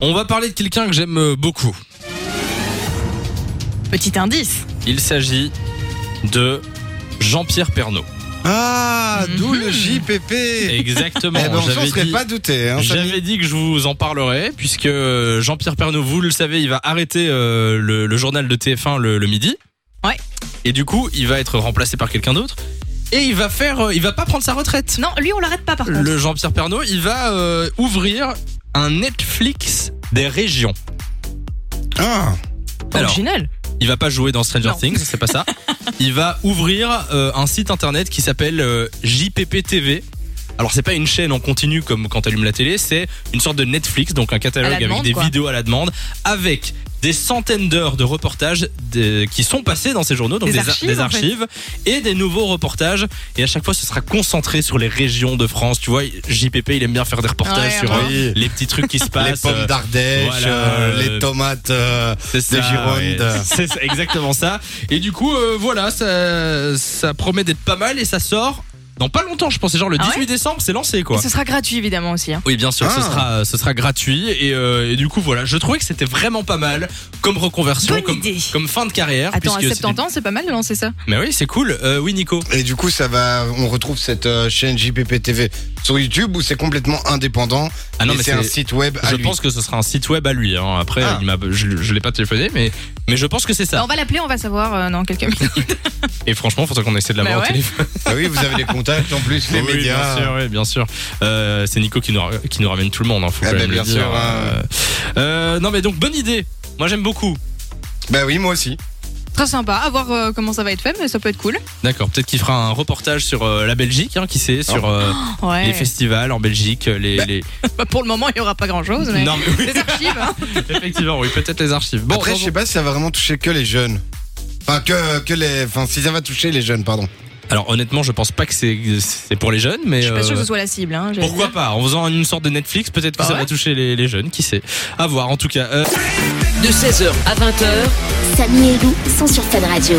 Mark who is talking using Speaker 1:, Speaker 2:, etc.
Speaker 1: On va parler de quelqu'un que j'aime euh, beaucoup.
Speaker 2: Petit indice.
Speaker 1: Il s'agit de Jean-Pierre Pernaud.
Speaker 3: Ah, d'où le
Speaker 2: Mhm.
Speaker 3: JPP Eh
Speaker 1: Exactement.
Speaker 3: ben, on s'en
Speaker 1: j'avais
Speaker 3: serait
Speaker 1: dit,
Speaker 3: pas douté. Hein, Samy.
Speaker 1: j'avais dit que je vous en parlerais, puisque euh, Jean-Pierre Pernaud, vous le savez, il va arrêter euh, le, le journal de TF1 le, le midi.
Speaker 2: Ouais.
Speaker 1: Et du coup, il va être remplacé par quelqu'un d'autre. Et il va faire, euh, il va pas prendre sa retraite.
Speaker 2: Non, lui, on l'arrête pas par contre.
Speaker 1: Le Jean-Pierre Pernaud, il va euh, ouvrir un Netflix des régions.
Speaker 3: Ah,
Speaker 2: Oh,
Speaker 1: Alors,
Speaker 2: Original.
Speaker 1: Il va pas jouer dans Stranger
Speaker 2: Non.
Speaker 1: Things, c'est pas ça. Il va ouvrir euh, un site internet qui s'appelle euh, JPP TV. Alors c'est pas une chaîne en continu comme quand t'allumes la télé, c'est une sorte de Netflix, donc un catalogue
Speaker 2: À la
Speaker 1: avec
Speaker 2: demande,
Speaker 1: des
Speaker 2: quoi.
Speaker 1: vidéos à la demande, avec des centaines d'heures de reportages de- qui sont passés dans ces journaux, donc
Speaker 2: Des
Speaker 1: des, ar-
Speaker 2: archives,
Speaker 1: des
Speaker 2: en fait.
Speaker 1: archives et des nouveaux reportages. Et à chaque fois, ce sera concentré sur les régions de France. Tu vois, JPP, il aime bien faire des reportages
Speaker 2: Ouais,
Speaker 1: sur
Speaker 2: ouais.
Speaker 1: euh,
Speaker 3: oui.
Speaker 1: les petits trucs qui se
Speaker 3: Les
Speaker 1: passent. euh,
Speaker 3: pommes d'Ardèche,
Speaker 1: voilà,
Speaker 3: euh,
Speaker 1: euh,
Speaker 3: les tomates. euh,
Speaker 1: C'est ça,
Speaker 3: De Gironde.
Speaker 1: ouais. C'est ça, exactement ça. Et du coup, euh, voilà, ça, ça promet d'être pas mal et ça sort dans pas longtemps, je pense. C'est genre le
Speaker 2: Ah ouais
Speaker 1: 18 décembre, c'est lancé
Speaker 2: Et
Speaker 1: quoi.
Speaker 2: ce sera gratuit évidemment aussi. hein.
Speaker 1: Oui, bien sûr, ce,
Speaker 3: Ah.
Speaker 1: sera, euh, ce sera gratuit. Et, euh, et du coup, voilà, je trouvais que c'était vraiment pas mal comme reconversion,
Speaker 2: Bonne
Speaker 1: comme,
Speaker 2: idée.
Speaker 1: comme fin de carrière.
Speaker 2: Attends, à
Speaker 1: puisque
Speaker 2: 70 ans, c'est pas mal de lancer ça.
Speaker 1: c'est- Mais oui, c'est cool. Euh, oui, Nico.
Speaker 3: Et du coup, ça va. On retrouve cette euh, chaîne JPP TV sur YouTube où c'est complètement indépendant.
Speaker 1: Ah non,
Speaker 3: et
Speaker 1: mais
Speaker 3: c'est un
Speaker 1: c'est-
Speaker 3: site web. à
Speaker 1: Je
Speaker 3: lui.
Speaker 1: pense que ce sera un site web à lui. hein. Après,
Speaker 3: Ah.
Speaker 1: il m'a- je, je l'ai pas téléphoné, mais, mais je pense que c'est
Speaker 2: Bah,
Speaker 1: ça.
Speaker 2: on va l'appeler, on va savoir euh, dans quelques minutes.
Speaker 1: Et franchement, faudrait qu'on essaie de l'avoir
Speaker 2: Bah
Speaker 1: au
Speaker 2: ouais.
Speaker 1: téléphone.
Speaker 3: Ah oui, vous avez les contacts en plus, les
Speaker 1: Oui,
Speaker 3: médias.
Speaker 1: Bien sûr, oui, bien sûr. Euh, c'est Nico qui nous, ra- qui nous ramène tout le monde, hein, faut
Speaker 3: Ah
Speaker 1: quand
Speaker 3: bah,
Speaker 1: même le
Speaker 3: bien
Speaker 1: dire.
Speaker 3: sûr, hein.
Speaker 1: Euh, euh, non, mais donc, bonne idée. Moi, j'aime beaucoup.
Speaker 3: Bah oui, moi aussi.
Speaker 2: Très sympa, à voir euh, comment ça va être fait, mais ça peut être cool.
Speaker 1: D'accord, peut-être qu'il fera un reportage sur euh, la Belgique, hein, qui
Speaker 3: Ah.
Speaker 1: sait, sur euh,
Speaker 2: Ah, Ouais.
Speaker 1: les festivals en Belgique, euh, les. les-
Speaker 2: Bah, pour le moment, il y aura pas grand chose, mais.
Speaker 1: Non, mais oui,
Speaker 2: Les archives, hein.
Speaker 1: effectivement, oui, peut-être les archives. Bon,
Speaker 3: Après,
Speaker 1: dans-
Speaker 3: je sais pas si ça va vraiment toucher que les jeunes. Enfin, que, que les. Enfin, si ça va toucher les jeunes, pardon.
Speaker 1: alors honnêtement, je pense pas que c'est c'est pour les jeunes, mais.
Speaker 2: Je suis pas
Speaker 1: euh,
Speaker 2: sûre que ce soit la cible. Hein, je vais
Speaker 1: Pourquoi
Speaker 2: dire.
Speaker 1: pas En faisant une sorte de Netflix, peut-être que
Speaker 2: Bah
Speaker 1: ça
Speaker 2: ouais.
Speaker 1: va toucher les, les jeunes, qui sait. À voir, en tout cas. Euh,
Speaker 4: de 16h à 20h,
Speaker 5: Samy et Lou sont sur Fan Radio.